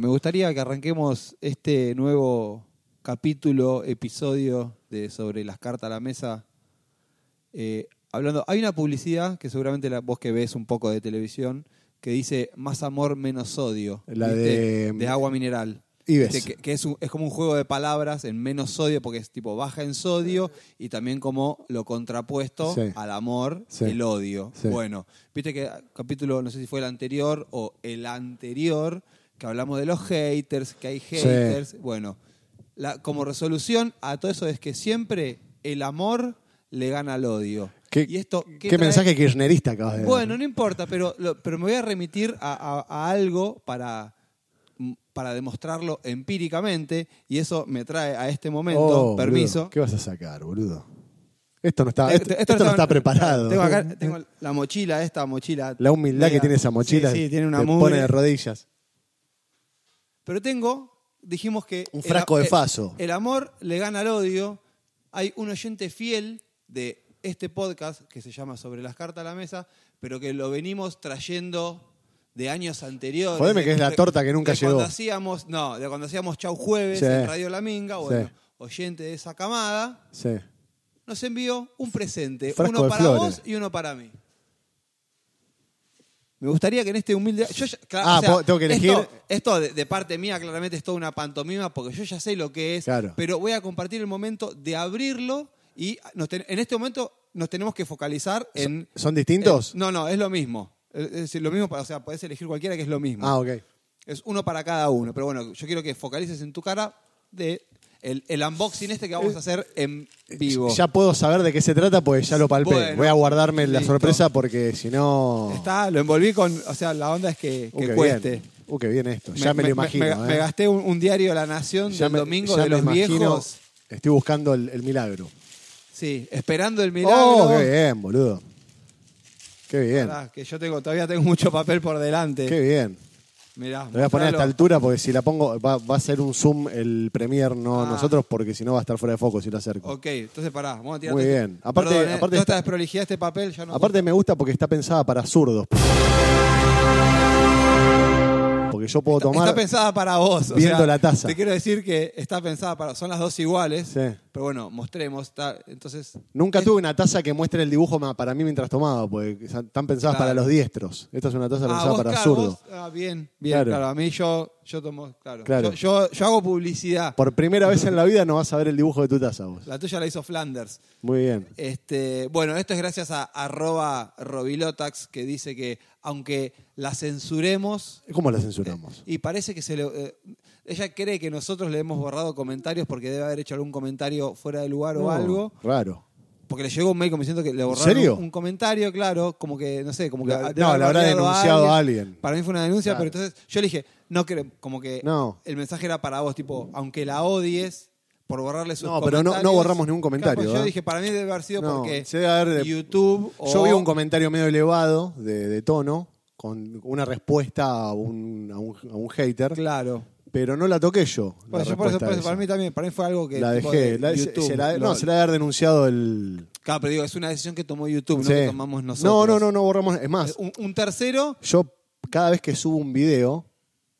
gustaría que arranquemos este nuevo capítulo, episodio de sobre las cartas a la mesa. Eh, hablando, hay una publicidad que seguramente la, vos que ves un poco de televisión que dice más amor menos odio. La de- de agua mineral. Y ves. Este, que que es, un- es como un juego de palabras en menos sodio, porque es tipo baja en sodio y también como lo contrapuesto Sí. al amor, Sí. el odio. Sí. Bueno, viste que ah, capítulo, no sé si fue el anterior o el anterior, que hablamos de los haters, que hay haters. Bueno, la- como resolución a todo eso es que siempre el amor le gana al odio. ¿Qué, y esto, ¿qué qué trae? mensaje kirchnerista acabas de dar? Bueno, no importa, pero, lo- pero me voy a remitir a, a- a algo para, para demostrarlo empíricamente y eso me trae a este momento, Oh, boludo, permiso. ¿Qué vas a sacar, boludo? Esto no está, Eh, esto, te- esto no estaba- está preparado. Tengo acá tengo la mochila, esta mochila. La humildad Mira, que tiene esa mochila Sí, sí, tiene una te mugre. pone de rodillas. Pero tengo, dijimos que... Un el- frasco de el- Faso. El, amor le gana al odio. Hay un oyente fiel de este podcast que se llama Sobre las cartas a la mesa, pero que lo venimos trayendo de años anteriores. Jodeme que es la de- torta que nunca de llegó. Cuando hacíamos, no, de cuando hacíamos Chau Jueves Sí. en Radio La Minga, bueno, Sí. oyente de esa camada, Sí. nos envió un presente, Frasco uno de para flores. vos y uno para mí. Me gustaría que en este humilde. yo ya- claro, Ah, o sea, ¿puedo- tengo que elegir? Esto, esto de, de parte mía, claramente, es toda una pantomima porque yo ya sé lo que es. Claro. Pero voy a compartir el momento de abrirlo y nos ten- en este momento nos tenemos que focalizar en. ¿Son distintos? en- no, no, es lo mismo. Es decir, lo mismo, para- o sea, podés elegir cualquiera que es lo mismo. ah, ok. Es uno para cada uno. Pero bueno, yo quiero que focalices en tu cara de el, el unboxing este que vamos a hacer en vivo. Eh, Ya puedo saber de qué se trata pues ya lo palpé. Bueno. Voy a guardarme la Listo. sorpresa porque si no. Está, lo envolví con. O sea, la onda es que, Uh, que qué cueste. Bien. Uh, qué bien esto. Ya me, lo imagino. Me, ¿eh? me gasté un, un diario de La Nación Ya del me- domingo ya de me los imagino- viejos. Estoy buscando el, el milagro. Sí, esperando el milagro. Oh, qué bien, boludo. Qué bien. Pará, que yo tengo, todavía tengo mucho papel por delante. Qué bien. Mirá, Te voy a poner a esta mostralo. altura porque si la pongo va, va a ser un zoom el premier, no Ah. nosotros, porque si no va a estar fuera de foco si lo acerco. Ok, entonces pará, vamos a tirar. Muy bien. Aparte- Perdón, eh, aparte toda esta está- desprolijidad, este papel ya no. Aparte me gusta porque está pensada para zurdos. Porque yo puedo está, tomar... está pensada para vos. o viendo sea, la taza. Te quiero decir que está pensada para. Son las dos iguales. Sí. Pero bueno, mostremos. está- entonces. Nunca es- tuve una taza que muestre el dibujo ma- para mí mientras tomaba, porque sa- están pensadas Claro. para los diestros. Esta es una taza Ah, pensada vos, para claro, zurdos. vos- ah, bien, bien, Claro. claro. A mí yo, yo tomo, claro. Claro. Yo, yo- yo hago publicidad. Por primera vez en la vida no vas a ver el dibujo de tu taza vos. La tuya la hizo Flanders. Muy bien. Este, bueno, esto es gracias a arroba robilotax que dice que aunque la censuremos, ¿Cómo la censuramos? Y parece que se le. eh, ella cree que nosotros le hemos borrado comentarios porque debe haber hecho algún comentario fuera de lugar No, o algo. Raro. Porque le llegó un mail como diciendo que le borraron serio? un, un comentario, claro, como que, no sé, como que. La- debe no, haber la habrá bardeado denunciado a alguien. Para mí fue una denuncia, Claro. pero entonces yo le dije, no creo, como que No. el mensaje era para vos, tipo, aunque la odies. Por borrarle sus No, pero no- no comentarios. borramos ningún comentario, Claro, pues ¿eh? yo dije, para mí debe haber sido No, porque se debe haber- YouTube o Yo vi un comentario medio elevado de, de tono, con una respuesta a un, a un- a un hater, Claro. pero no la toqué yo. Bueno, la yo por eso- respuesta por eso, esa. para mí también, para mí fue algo que. la tipo, dejé. de la- se- YouTube, se la- no, lo- se la debe haber denunciado el. Claro, pero digo, es una decisión que tomó YouTube, no Sí. que tomamos nosotros. Eh, No, no, no, no borramos. Es más, Un, un tercero, yo cada vez que subo un video,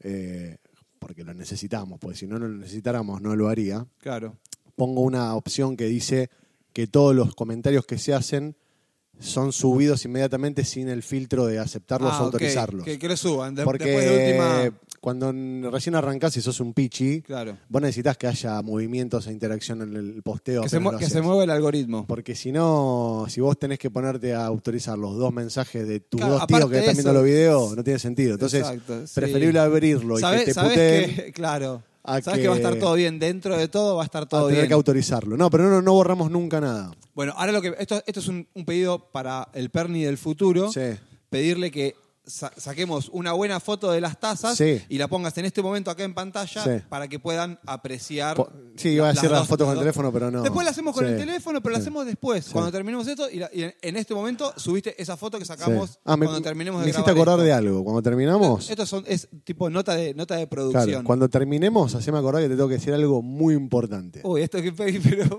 eh, porque lo necesitamos, porque si no lo necesitáramos no lo haría, claro. pongo una opción que dice que todos los comentarios que se hacen son subidos inmediatamente sin el filtro de aceptarlos Ah, o ok, autorizarlos. Que, que lo suban. de- Porque Después de última. cuando n- recién arrancás y sos un pichi, Claro. vos necesitas que haya movimientos e interacción en el posteo. Que se, mue- apenas lo que se haces. mueva el algoritmo. Porque si no, si vos tenés que ponerte a autorizar los dos mensajes de tus Claro, dos tíos que aparte de están viendo eso- los videos, no tiene sentido. Entonces, Exacto, sí. preferible abrirlo y ¿Sabes que te sabés puteen que, claro, a sabes que... va a que- estar todo bien. Dentro de todo va a estar a todo tener bien. que autorizarlo. No, pero no, no borramos nunca nada. Bueno, ahora lo que. Esto, esto es un, un pedido para el Perni del futuro. Sí. Pedirle que sa- saquemos una buena foto de las tazas Sí. y la pongas en este momento acá en pantalla Sí. para que puedan apreciar. Po- sí, iba a las decir las dos- fotos con el dos- teléfono, pero no. Después la hacemos con Sí. el teléfono, pero la hacemos después. Cuando terminemos esto, y, la- y en, en este momento subiste esa foto que sacamos Sí. Ah, me, cuando terminemos de me hiciste grabar acordar de esto. algo. Cuando terminamos, Esto son- es tipo nota de, nota de claro, producción. cuando terminemos, haceme acordar que te tengo que decir algo muy importante. Uy, esto que pedí, pero.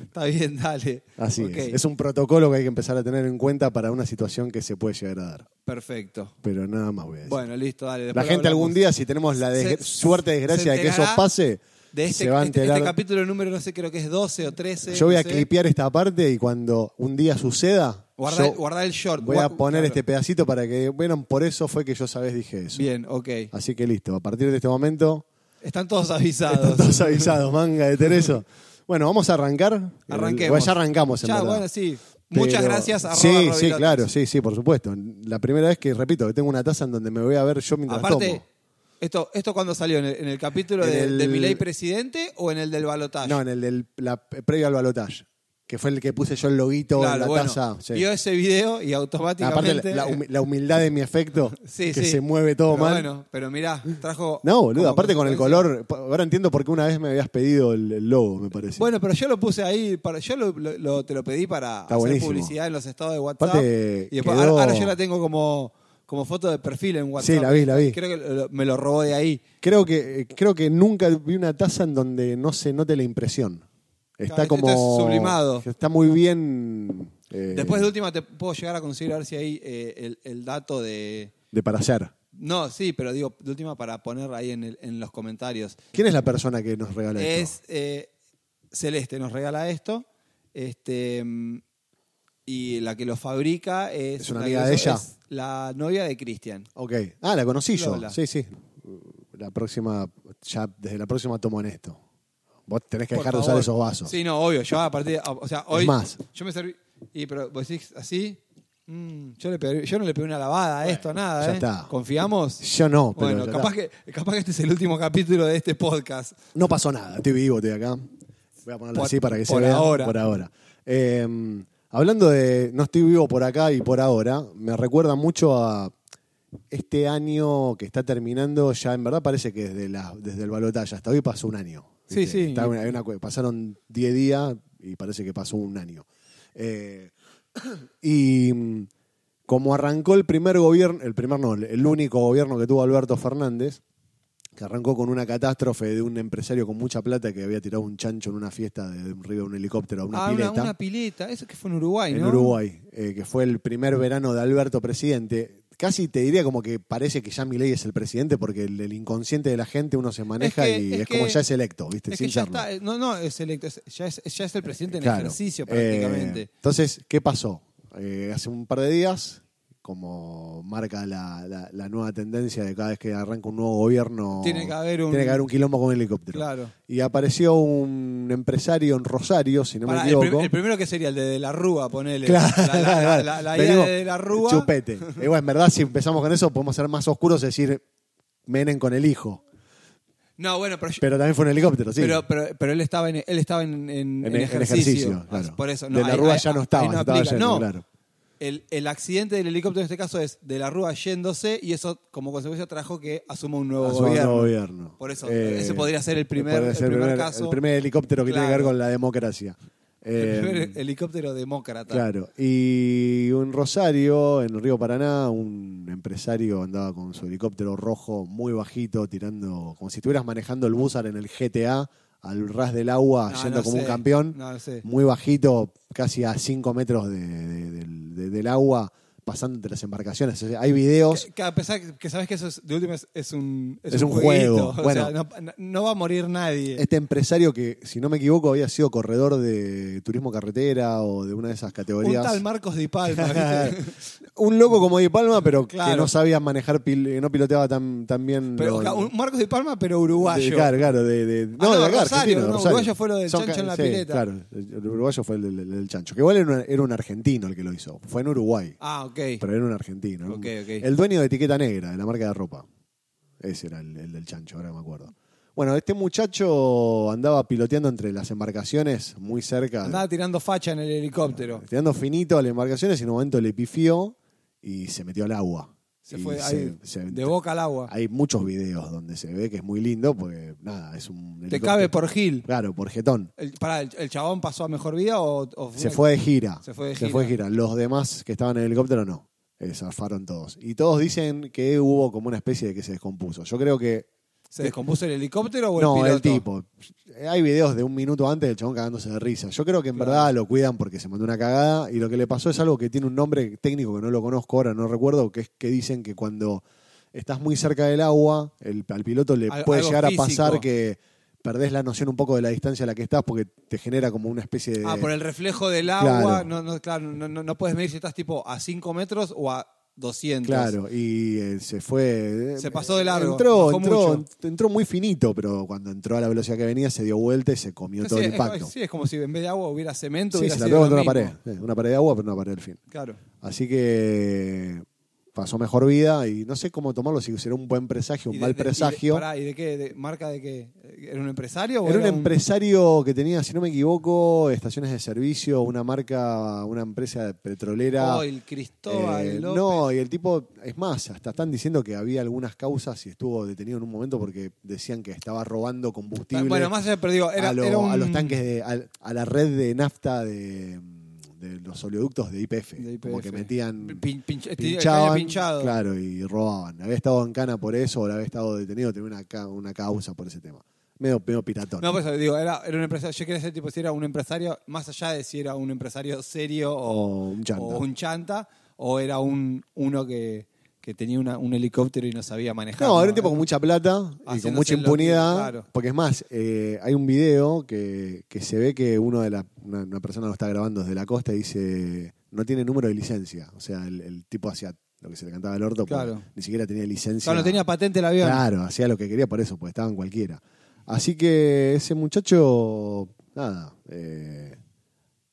Está bien, dale. Así Ok, es. Es un protocolo que hay que empezar a tener en cuenta para una situación que se puede llegar a dar. Perfecto. Pero nada más voy a decir. Bueno, listo, dale. la después gente algún hablamos. día, si tenemos la desgra- Se- suerte, desgracia se de que eso enterará pase, De este, se va a este- enterar. este capítulo número, no sé, creo que es 12 o 13. yo voy no a sé. clipear esta parte y cuando un día suceda, Guarda, yo guarda el short. voy a Gua- poner claro. este pedacito para que vean, por eso fue que yo sabés dije eso. Bien, ok. Así que listo, a partir de este momento, Están todos avisados. están todos avisados, manga de Tereso. Bueno, vamos a arrancar. Arranquemos. Bueno, ya arrancamos en Ya, verdad. bueno, sí. Pero- Muchas gracias a Sí, sí, claro, sí, sí, por supuesto. La primera vez que, repito, que tengo una taza en donde me voy a ver yo mientras Aparte, tomo. esto, ¿esto cuando salió? ¿En el, en el capítulo En de, el- de mi ley presidente o en el del balotaje? No, en el del la, previo al balotaje, que fue el que puse yo el loguito en la taza. sí. Vio ese video y Aparte, automáticamente. la, la humi- la humildad de mi efecto, Sí, que sí. se mueve todo Pero mal. Bueno, pero mirá, trajo. No, boludo, como aparte con el consecuencia- color. Ahora entiendo por qué una vez me habías pedido el, el logo, me parece. Bueno, pero yo lo puse ahí, para, yo lo, lo- lo- te lo pedí para hacer buenísimo. publicidad en los estados de WhatsApp. Aparte, y después, quedó- ahora- ahora yo la tengo como, como foto de perfil en WhatsApp. Sí, la vi, la vi. Creo que lo- me lo robó de ahí. Creo que, creo que nunca vi una taza en donde no se note la impresión. Está Claro, como. esto es sublimado. Está muy bien. eh, Después de última te puedo llegar a conseguir a ver si hay eh, el, el dato de... de para hacer. No, sí, pero digo, de última para poner ahí en, el- en los comentarios. ¿Quién es la persona que nos regala esto? Es eh, Celeste, nos regala esto. Este, mm, y la que lo fabrica es... ¿Es una la amiga que de lo hizo- ella? es la novia de Cristian. Ok. Ah, la conocí yo. Lola. Sí, sí. La próxima, ya desde la próxima tomo en esto. Vos tenés que Por dejar de usar favor. esos vasos. Sí, no, obvio. Yo a partir de- O sea, hoy. más. Yo me serví. Y pero vos decís así. mm, yo, le pegué- yo no le pegué una lavada a esto, nada, ya ¿eh? está. ¿Confiamos? Yo no, pero Bueno, ya capaz que, capaz que este es el último capítulo de este podcast. No pasó nada, estoy vivo, estoy acá. Voy a ponerlo Por- así para que se por vea ahora. por ahora. Eh, hablando de no estoy vivo por acá y por ahora, me recuerda mucho a este año que está terminando, ya en verdad parece que desde, la, desde el balotaje hasta hoy pasó un año. Sí, ¿viste? sí. Está una- hay una cu- pasaron 10 días y parece que pasó un año. Eh, y mm, como arrancó el primer gobierno, el primer no, el único gobierno que tuvo Alberto Fernández, que arrancó con una catástrofe de un empresario con mucha plata que había tirado un chancho en una fiesta de de un río, un helicóptero, a una ah, pileta Una, una pileta. Eso que fue en Uruguay, en ¿no? Uruguay, eh, que fue el primer verano de Alberto presidente. Casi te diría como que parece que ya Milei es el presidente porque el, el inconsciente de la gente uno se maneja que- y es, es como que- ya es electo, ¿viste? Es que Sin ya serlo. está. eh, No, no, es electo. es- ya, es, ya es el presidente en Claro. ejercicio Eh, prácticamente. entonces, ¿qué pasó? Eh, hace un par de días, como marca la, la- la nueva tendencia de cada vez que arranca un nuevo gobierno, Tiene que haber un- tiene que haber un quilombo con helicóptero. Claro. Y apareció un empresario en Rosario, si no Pará, me el, equivoco. prim- el primero que sería el de, De la Rúa, ponele. Claro, La, la- la- claro. la- la idea Venimos- de, De la Rúa. Chupete. Eh, bueno, en verdad, si empezamos con eso, podemos ser más oscuros y decir Menem con el hijo. No, bueno, pero yo- Pero también fue un helicóptero, sí. Pero, pero, pero él estaba en, él estaba en, en- en en ejercicio. Ah, ejercicio, claro. Por eso, De la ahí- Rúa ahí- ya no ahí estaba, se estaba aplica. yendo, No, claro. El, el accidente del helicóptero en este caso es de la Rúa yéndose y eso como consecuencia trajo que asuma un nuevo, Asuma un gobierno. nuevo gobierno. Por eso, Eh, ese podría ser el primer, podría ser el primer caso. el primer helicóptero que tiene que Claro. ver con la democracia. Eh, el primer helicóptero demócrata. Claro, y un Rosario, en Río Paraná, un empresario andaba con su helicóptero rojo muy bajito, tirando, como si estuvieras manejando el Búzar en el GTA, al ras del agua, No, yendo no como un sé. campeón, No, no sé. muy bajito, casi a 5 metros de- de- del- de- del agua, pasando entre las embarcaciones. O sea, hay videos... Que, que a pesar que- que sabes que eso es, de última es, es un Es un jueguito. juego. O Bueno. sea, no, no va a morir nadie. Este empresario que, si no me equivoco, había sido corredor de turismo carretera o de una de esas un categorías. tal Marcos Di Palma. ¿viste? Un loco como Di Palma, pero que Claro. no sabía manejar, pil- que no piloteaba tan, tan bien. Pero, los- o sea, un Marcos Di Palma, pero de, uruguayo. claro, claro, de, de- Ah, no, de acá, Rosario, argentino, de no, Rosario. uruguayo fue lo del Son chancho ca- en la sí, pileta. Claro, el el uruguayo fue el, del- del chancho. Que igual era un, era un argentino el que lo hizo. Fue en Uruguay, Ah, ok. pero era un argentino. Ok, ok. El dueño de etiqueta negra, de la marca de ropa. Ese era el, el del chancho, ahora que me acuerdo. Bueno, este muchacho andaba piloteando entre las embarcaciones muy cerca. de- Andaba tirando facha en el helicóptero. Tirando finito a las embarcaciones y en un momento le pifió y se metió al agua. Se Y fue se- ahí, se- de boca al agua. Hay muchos videos donde se ve que es muy lindo porque, nada, es un... Te helicóptero. cabe por Gil. Claro, por jetón. El, pará, el, el chabón pasó a mejor vida o, o Se fue de gira. Se fue de gira. Los demás que estaban en el helicóptero no. Eh, zafaron todos. Y todos dicen que hubo como una especie de que se descompuso. Yo creo que ¿Se descompuso el helicóptero o el No, piloto? el tipo. Hay videos de un minuto antes del chabón cagándose de risa. Yo creo que en Claro. verdad lo cuidan porque se mandó una cagada y lo que le pasó es algo que tiene un nombre técnico que no lo conozco ahora, no recuerdo, que es que dicen que cuando estás muy cerca del agua, el, al piloto le Al- puede algo llegar físico. a pasar que perdés la noción un poco de la distancia a la que estás porque te genera como una especie de... Ah, por el reflejo del agua. eh, Claro. No, no, claro, no, no, no puedes medir si estás tipo a 5 metros o a 200. Claro, y eh, se fue. eh, Se pasó de largo, Entró, bajó entró, mucho. ent- entró muy finito, pero cuando entró a la velocidad que venía se dio vuelta y se comió Sí, todo el es- impacto. sí, es como si en vez de agua hubiera cemento. Sí, hubiera se la sido pegó contra lo una pared. mismo. eh, Una pared de agua, pero una pared al fin. Claro. Así que pasó mejor vida y no sé cómo tomarlo, si será un buen presagio, un Y de- mal de- y de- presagio. pará, ¿Y de qué? De- ¿Marca de qué? ¿Era un empresario? o Era un un- empresario que tenía, si no me equivoco, estaciones de servicio, una marca, una empresa petrolera. Oh, el Cristóbal Eh, López. no, y el tipo, es más, hasta están diciendo que había algunas causas y estuvo detenido en un momento porque decían que estaba robando combustible Bueno, más allá, pero digo, era, a, lo- era un- a los tanques, de, al- a, la red de nafta de, mm, de los oleoductos de YPF. de Como YPF. que metían, Pin- pinch- este, pinchaban, caña pinchado. claro, y robaban. Había estado en cana por eso, o había estado detenido, tenía una, ca- una causa por ese tema. Medio, medio piratón. No, pues, por eso digo, era, era un empresario. Yo quería ser tipo si era un empresario, más allá de si era un empresario serio o, o un chanta. o un chanta, o era un uno que, que tenía una- un helicóptero y no sabía manejar. No, era un tipo con mucha plata y eh. Haciéndose con mucha el loquito, impunidad. claro. Porque es más, eh, hay un video que, que se ve que uno de la, una, una persona lo está grabando desde la costa y dice, no tiene número de licencia. O sea, el, el tipo hacía lo que se le cantaba al orto, porque Claro. ni siquiera tenía licencia. Claro, no tenía patente el avión. Claro, hacía lo que quería por eso, porque estaban cualquiera. Así que ese muchacho, nada, eh,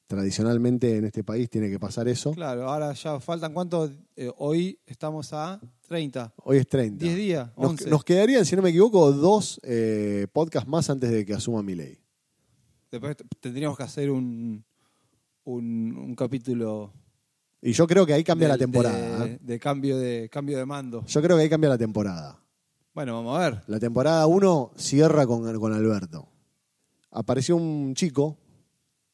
tradicionalmente en este país tiene que pasar eso. Claro, ahora ya faltan cuántos. Eh, hoy estamos a 30. Hoy es 30. 10 días, Nos, 11. nos quedarían, si no me equivoco, dos eh, podcasts más antes de que asuma mi ley. Después t- tendríamos que hacer un, un, un capítulo. Y yo creo que ahí cambia del- la temporada. De, ¿eh? de cambio de cambio de mando. Yo creo que ahí cambia la temporada. Bueno, vamos a ver. La temporada 1 cierra con, con Alberto. Apareció un chico,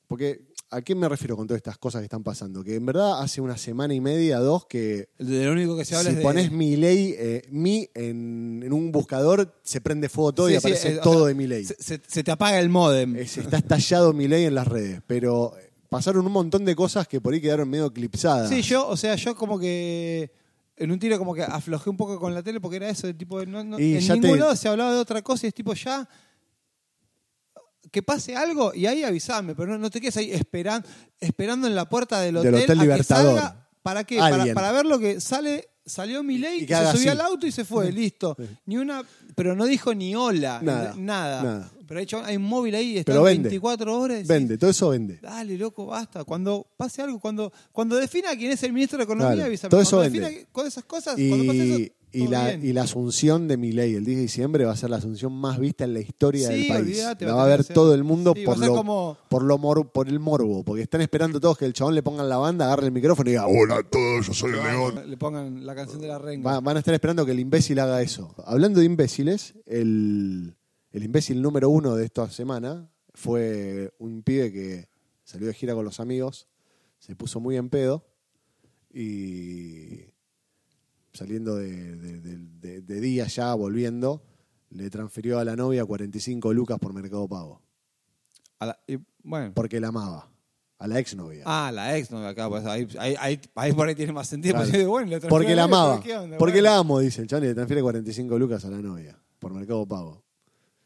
porque ¿a qué me refiero con todas estas cosas que están pasando? Que en verdad hace una semana y media, dos, que De lo único que se habla si es de. pones mi ley, mi en, en un buscador, se prende fuego todo Sí, y sí, aparece eh, o todo sea, de mi ley. Se, se- se te apaga el modem. Es- está estallado mi ley en las redes, pero pasaron un montón de cosas que por ahí quedaron medio eclipsadas. Sí, yo, o sea, yo como que en un tiro como que aflojé un poco con la tele porque era eso, de tipo, no- no- Y en ya ningún te- lado se hablaba de otra cosa y es tipo ya que pase algo y ahí avisame, pero no, no te quedes ahí esperan- esperando en la puerta del hotel, Del Hotel a que Libertador. salga, ¿Para qué? Para, Alguien. para ver lo que sale, salió mi ley, Y que se haga subió así. al auto y se fue, listo. Ni una, pero no dijo ni hola, Nada, n- nada. nada. Pero de hecho hay un móvil ahí, está Pero vende. 24 horas. y decís, Vende, todo eso vende. Dale, loco, basta. Cuando pase algo, cuando, cuando defina quién es el ministro de Economía, Claro, avísame. todo eso cuando vende. defina con esas cosas, cuando pase eso, Y, y todo la, bien. y la asunción de mi ley el 10 de diciembre va a ser la asunción más vista en la historia Sí, del país. olvídate, la va va a a ver ser- todo el mundo sí, va por, a ser lo, como- por, lo mor- por el morbo, porque están esperando todos que el chabón le pongan la banda, agarre el micrófono y diga, hola a todos, yo soy el león. Le pongan la canción de la renga. Va- van a estar esperando que el imbécil haga eso. Hablando de imbéciles, el, el imbécil número uno de esta semana fue un pibe que salió de gira con los amigos, se puso muy en pedo y saliendo de, de- de- de- de día ya, volviendo, le transfirió a la novia 45 lucas por Mercado Pago, A la- y, bueno. porque la amaba, a la exnovia. Ah, la ex, no, acá, pues, ahí, ahí, ahí- ahí por ahí tiene más sentido. Claro. porque, bueno, le transfiero Porque la a ex, amaba. ¿qué onda? Porque Bueno. la amo, dice el chabón, y le transfiere 45 lucas a la novia por Mercado Pago.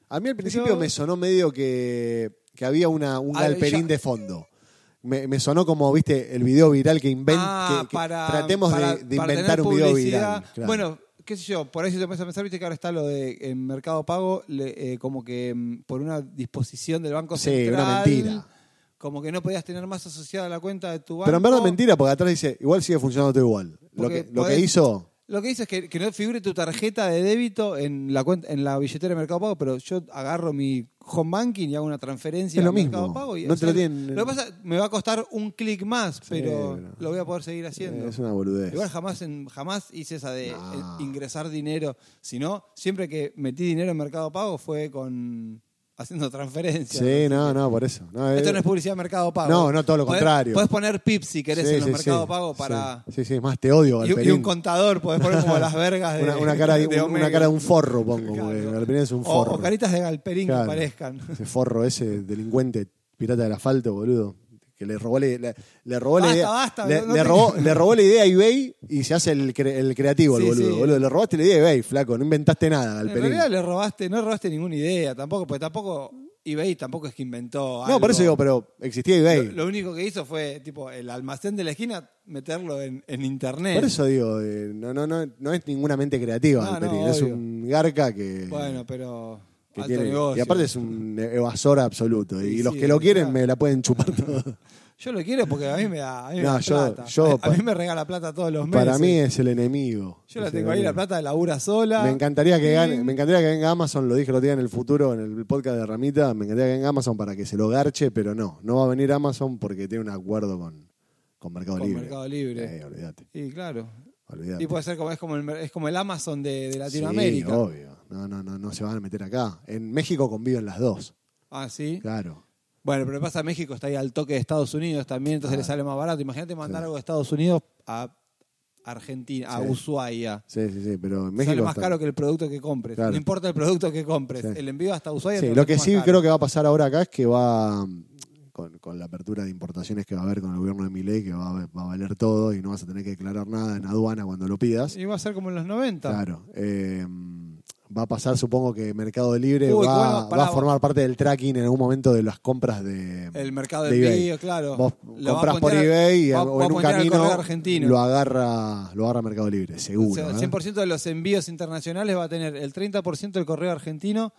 A mí al principio Pero- me sonó medio que, que había una, un Ah, galperín ya- de fondo. Me, me sonó como, viste, el video viral que inven- Ah, que- que para- tratemos de- para- de, para inventar tener un video publicidad. viral. claro. Bueno, qué sé yo, por ahí si te pones a pensar, viste que ahora está lo de en Mercado Pago, le- eh, como que mm, por una disposición del Banco Sí, Central. una mentira. Como que no podías tener más asociada la cuenta de tu banco. Pero en verdad mentira, porque atrás dice, igual sigue funcionando todo igual. Lo Porque que, lo que podés- hizo, Lo que dice es que, que no figure tu tarjeta de débito en la cuenta, en la billetera de Mercado Pago, pero yo agarro mi home banking y hago una transferencia Es lo a Mercado mismo. Pago. Y, No o te lo tienen- Lo que pasa, me va a costar un clic más, pero pero- lo voy a poder seguir haciendo. es una boludez. Igual jamás, en- jamás hice esa de No. eh, ingresar dinero, sino siempre que metí dinero en Mercado Pago fue con haciendo transferencias. Sí, no, no, por eso. No, Esto eh, no es publicidad de Mercado Pago. No, no, todo lo Podés- contrario. Podés poner PIP si querés sí, en los sí, Mercado sí, Pago para... Sí, sí, sí, más te Y, odio, y Galperín. un contador, podés poner como las vergas Eh, de una, una cara de, un- Homero. una cara de un forro, pongo. Claro. porque Galperín es un O- forro. O, caritas de galperín Claro. que parezcan. Ese forro, ese delincuente pirata del asfalto, boludo. Que le robó, le, le- le robó la Basta, idea. basta, le, no- no le te- robó, le robó la idea a eBay y se hace el, cre- el creativo, el Sí, boludo, sí. boludo. Le robaste la idea a eBay, flaco. No inventaste nada, En Galperín. realidad le robaste, no robaste ninguna idea tampoco, porque tampoco eBay tampoco es que inventó algo. No, por eso digo, pero existía eBay. Lo único que hizo fue, tipo, el almacén de la esquina, meterlo en, en internet. por eso digo, eh, no, no, no, no es ninguna mente creativa, No, no, Galperín. es obvio. un garca que. Bueno, pero que alto tiene- negocio. y aparte es un evasor absoluto. Y, Y los sí, que lo quieren claro. me la pueden chupar toda. Yo lo quiero porque a mí me da, a mí me No, da yo- plata. yo a, a pa- mí me regala plata todos los meses. Para mí es el enemigo. Yo la Es el tengo ahí, la enemigo. plata de labura sola. Me encantaría que Y- gane, me encantaría que venga Amazon, lo dije el otro día en el futuro, en el podcast de Ramita, me encantaría que venga Amazon para que se lo garche, pero no, no va a venir Amazon porque tiene un acuerdo con, con Mercado Con Libre. Mercado Libre. Eh, olvídate, Y claro. olvídate. Y puede ser como, es como el, mer- es como el Amazon de, de Sí, Latinoamérica. obvio. No, no, no, no se van a meter acá. En México conviven las dos. ah, sí. Claro. Bueno, pero pasa México está ahí al toque de Estados Unidos también, entonces le sale más barato. Imagínate mandar Sí. algo de Estados Unidos a Argentina, a Sí. Ushuaia. Sí, sí, sí, pero en México sale más está- caro que el producto que compres. Claro. No importa el producto que compres. Sí. El envío hasta Ushuaia. Sí, te lo que sale sí más caro. creo que va a pasar ahora acá es que va mm, con, con la apertura de importaciones que va a haber con el gobierno de Milei, que va a, va a valer todo y no vas a tener que declarar nada en aduana cuando lo pidas. Iba a ser como en los 90. Claro. eh, va a pasar, supongo que Mercado Libre Uy, va, bueno, pará, va a formar parte del tracking en algún momento de las compras de. El mercado de del eBay. envío, claro. Vos Lo va a compras por poner- eBay y va- o va a en un poner al camino correo argentino. lo agarra lo agarra Mercado Libre, seguro. O sea, ¿eh? 100% de los envíos internacionales va a tener el 30% del correo argentino,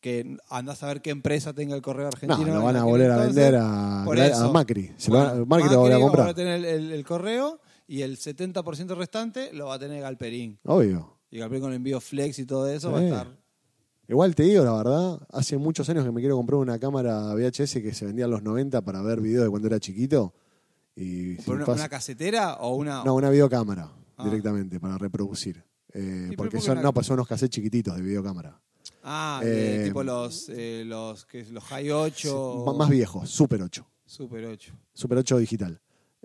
que andás a ver qué empresa tenga el correo No, argentino. lo van a Imagínate, volver a entonces, vender a, por a eso. Macri. Se Bueno, lo van- Macri lo va a volver a va comprar. tener el, el- el correo y el 70% restante lo va a tener Galperín. Obvio. Y Galperín con envío flex y todo eso va a Sí. estar. Igual te digo la verdad, hace muchos años que me quiero comprar una cámara VHS que se vendía en los 90 para ver videos de cuando era chiquito. Y ¿Por sin una, pas- una casetera o una.? No, una videocámara Ah. directamente para reproducir. Eh, pero porque ¿por qué son, una- no, pues son unos cassettes chiquititos de videocámara. ah, de eh, tipo los, eh, los, que los High 8. M- Más viejos, Super 8. Super 8. Super 8 digital.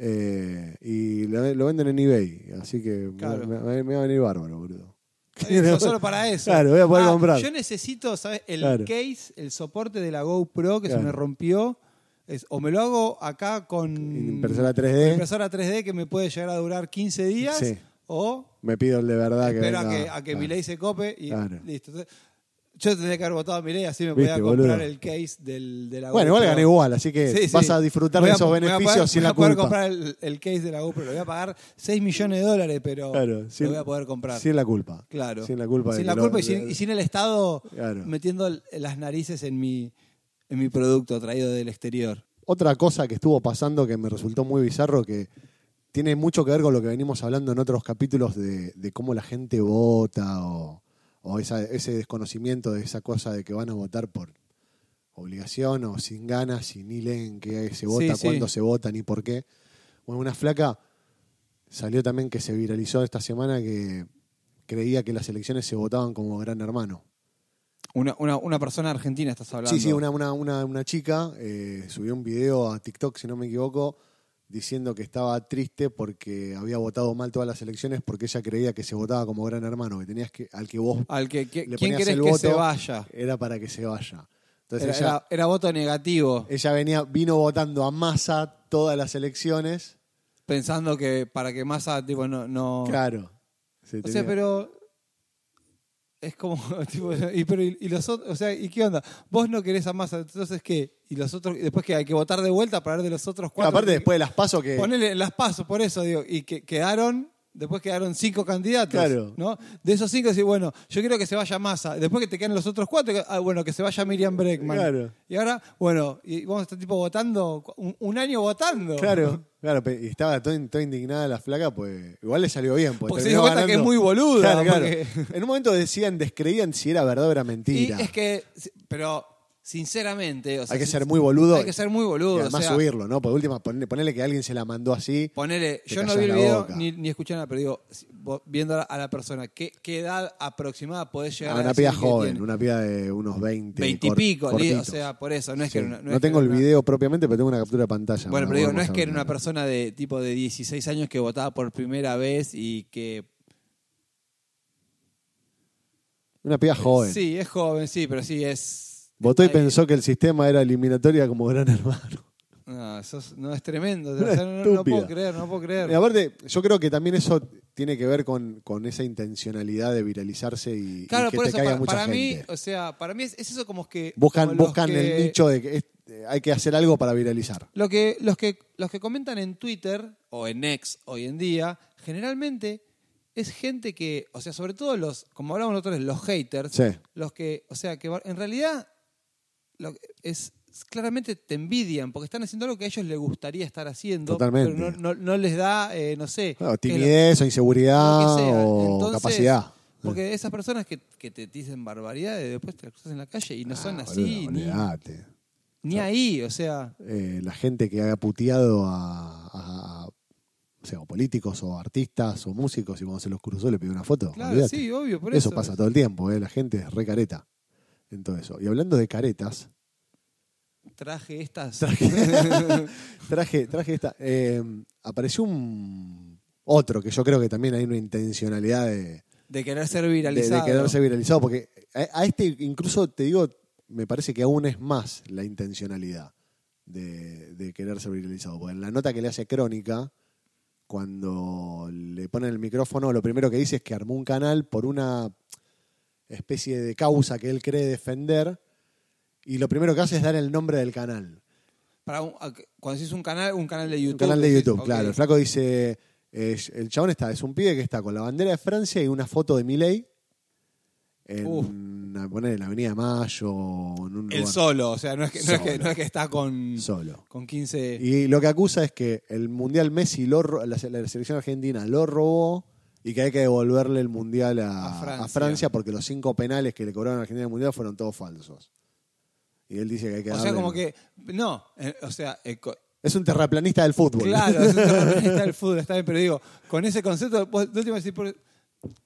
Eh, y lo, lo venden en eBay. Así que me- Claro. me, me va a venir bárbaro, boludo. Eso, solo para eso. Claro, voy a poder Ah, comprar. Yo necesito, ¿sabes? El Claro. case, el soporte de la GoPro que Claro. se me rompió. Es, o me lo hago acá con. Impresora con 3D. impresora 3D que me puede llegar a durar 15 días. Sí. O Me pido el de verdad que. espero a venga. que, a que Claro. Milei se cope y Claro. listo. Entonces, Yo tendría que haber votado a Milei, así me Viste, podía comprar boludo. el case del, de la Bueno, GoPro. igual gané igual, así que Sí, sí. vas a disfrutar Voy de a- esos voy a beneficios poder- sin voy la a poder culpa. comprar el, el case de la GoPro. Lo voy a pagar 6 millones de dólares, pero Claro, sin- lo voy a poder comprar. Sin la culpa. Claro. Sin la culpa. de Sin que la lo- culpa y, sin, y sin el Estado Claro. metiendo el- las narices en mi, en mi producto traído del exterior. Otra cosa que estuvo pasando que me resultó muy bizarro, que tiene mucho que ver con lo que venimos hablando en otros capítulos de, de cómo la gente vota o, o esa- ese desconocimiento de esa cosa de que van a votar por obligación o sin ganas y ni leen qué se vota, Sí, sí. cuándo se vota, ni por qué. Bueno, una flaca salió también que se viralizó esta semana que creía que las elecciones se votaban como gran hermano. Una, una, una persona argentina estás hablando. Sí, sí, una, una, una, una chica eh, subió un video a TikTok, si no me equivoco, diciendo que estaba triste porque había votado mal todas las elecciones porque ella creía que se votaba como gran hermano, que tenías que, al que vos Al que, que- le Ah, ¿Quién ponías querés el que voto se vaya? era para que se vaya. Entonces Era, ella, era- era voto negativo, ella venía, vino votando a masa todas las elecciones. pensando que para que Massa tipo, no... no... Claro. se o sea, tenía- pero... Es como, tipo, y, pero, y, y los otros, o sea, ¿y qué onda? Vos no querés a Massa, entonces ¿qué? Y los otros, después que hay que votar de vuelta para ver de los otros cuatro. aparte, que- después de las pasos que... Ponele las pasos, por eso digo. Y que quedaron, después quedaron cinco candidatos. Claro. ¿no? De esos cinco decís, bueno, yo quiero que se vaya Massa. Después que te quedan los otros cuatro, que- ah, bueno, que se vaya Miriam Breckman. Claro. Y ahora, bueno, y vamos a estar tipo votando, un, un año votando. Claro, claro, pe- y estaba toda, in- toda indignada la flaca, pues igual le salió bien. Pues, Porque se dio cuenta que es muy boluda, porque- En un momento decían, descreían si era verdad o era Y mentira. es que, si- pero sinceramente, o sea, hay que si- ser muy boludo. Hay que ser muy boludo. Y o además sea, subirlo, ¿no? Por última, ponle, ponele que alguien se la mandó así. Ponele, Te yo no callás vi el la video boca. ni, ni escuché nada, pero digo, si- vos viendo a la persona, ¿qué, qué edad aproximada podés A llegar a una decir piba que joven, tiene? una piba de unos 20. cor- Veintipico, li- o cortitos. sea, por eso. No, es que Sí. era una- No es que tengo era el una- video propiamente, pero tengo una captura de pantalla. Bueno, Para pero digo, poder no es que era mostrar. una persona de tipo de 16 años que votaba por primera vez y que... Una piba joven. Sí, es joven, sí, pero sí es... Votó y Ay, pensó que el sistema era eliminatoria como gran hermano. No, sos- no, es tremendo. Una o sea, no, no estúpida. puedo creer, no puedo Y creer. Eh, aparte, yo creo que también eso tiene que ver con, con esa intencionalidad de viralizarse y, y Claro, que por te eso, caiga para, mucha para mí, gente. o sea, para mí es, es eso como que... buscan como los buscan que- el nicho de que es- eh, hay que hacer algo para viralizar. Lo que, los, que, los que comentan en Twitter o en X hoy en día, generalmente es gente que, o sea, sobre todo los, como hablamos nosotros, los haters, Sí. los que, o sea, que va- en realidad lo que es claramente te envidian porque están haciendo algo que a ellos les gustaría estar haciendo, Totalmente. pero no, no- no les da, eh, no sé, Bueno, que lo- timidez o inseguridad lo que sea. o Entonces, ah, capacidad. Porque esas personas que, que te dicen barbaridades, después te las cruzas en la calle y no son Ah, así, boludo, ni, olvidate. ni ahí, o sea. Eh, la gente que haya puteado a, a- a- o sea, o políticos o artistas o músicos y cuando se los cruzó le pidió una foto. Claro, olvidate. sí, obvio, por eso, eso. pasa todo el tiempo, ¿eh? la gente es re careta en todo eso. Y hablando de caretas, Traje estas. traje, traje esta. eh, apareció un otro que yo creo que también hay una intencionalidad de, De querer ser de- de viralizado. quedarse viralizado, porque a, a este incluso te digo, me parece que aún es más la intencionalidad de, de querer ser viralizado. Porque en la nota que le hace Crónica, cuando le ponen el micrófono, lo primero que dice es que armó un canal por una especie de causa que él cree defender, y lo primero que hace es dar el nombre del canal. Para un- a- cuando decís un canal, un canal de YouTube. Un canal de decís, YouTube, ok. claro. El flaco dice, eh, el chabón está, es un pibe que está con la bandera de Francia y una foto de Milei en, Uf. una- poner en la Avenida de Mayo, o en un El lugar solo, o sea, no es que, no es que, Solo. no es que está con, solo. con 15. Y lo que acusa es que el Mundial Messi, lo ro- la, se- la selección argentina lo robó y que hay que devolverle el Mundial a, A Francia. a Francia porque los cinco penales que le cobraron a Argentina en el Mundial fueron todos falsos. Y él dice que hay que o sea, darle- como que. No, eh, o sea, eh, co- Es un terraplanista del fútbol. claro, es un terraplanista del fútbol, está bien, pero digo, con ese concepto, vos, de última decís, por-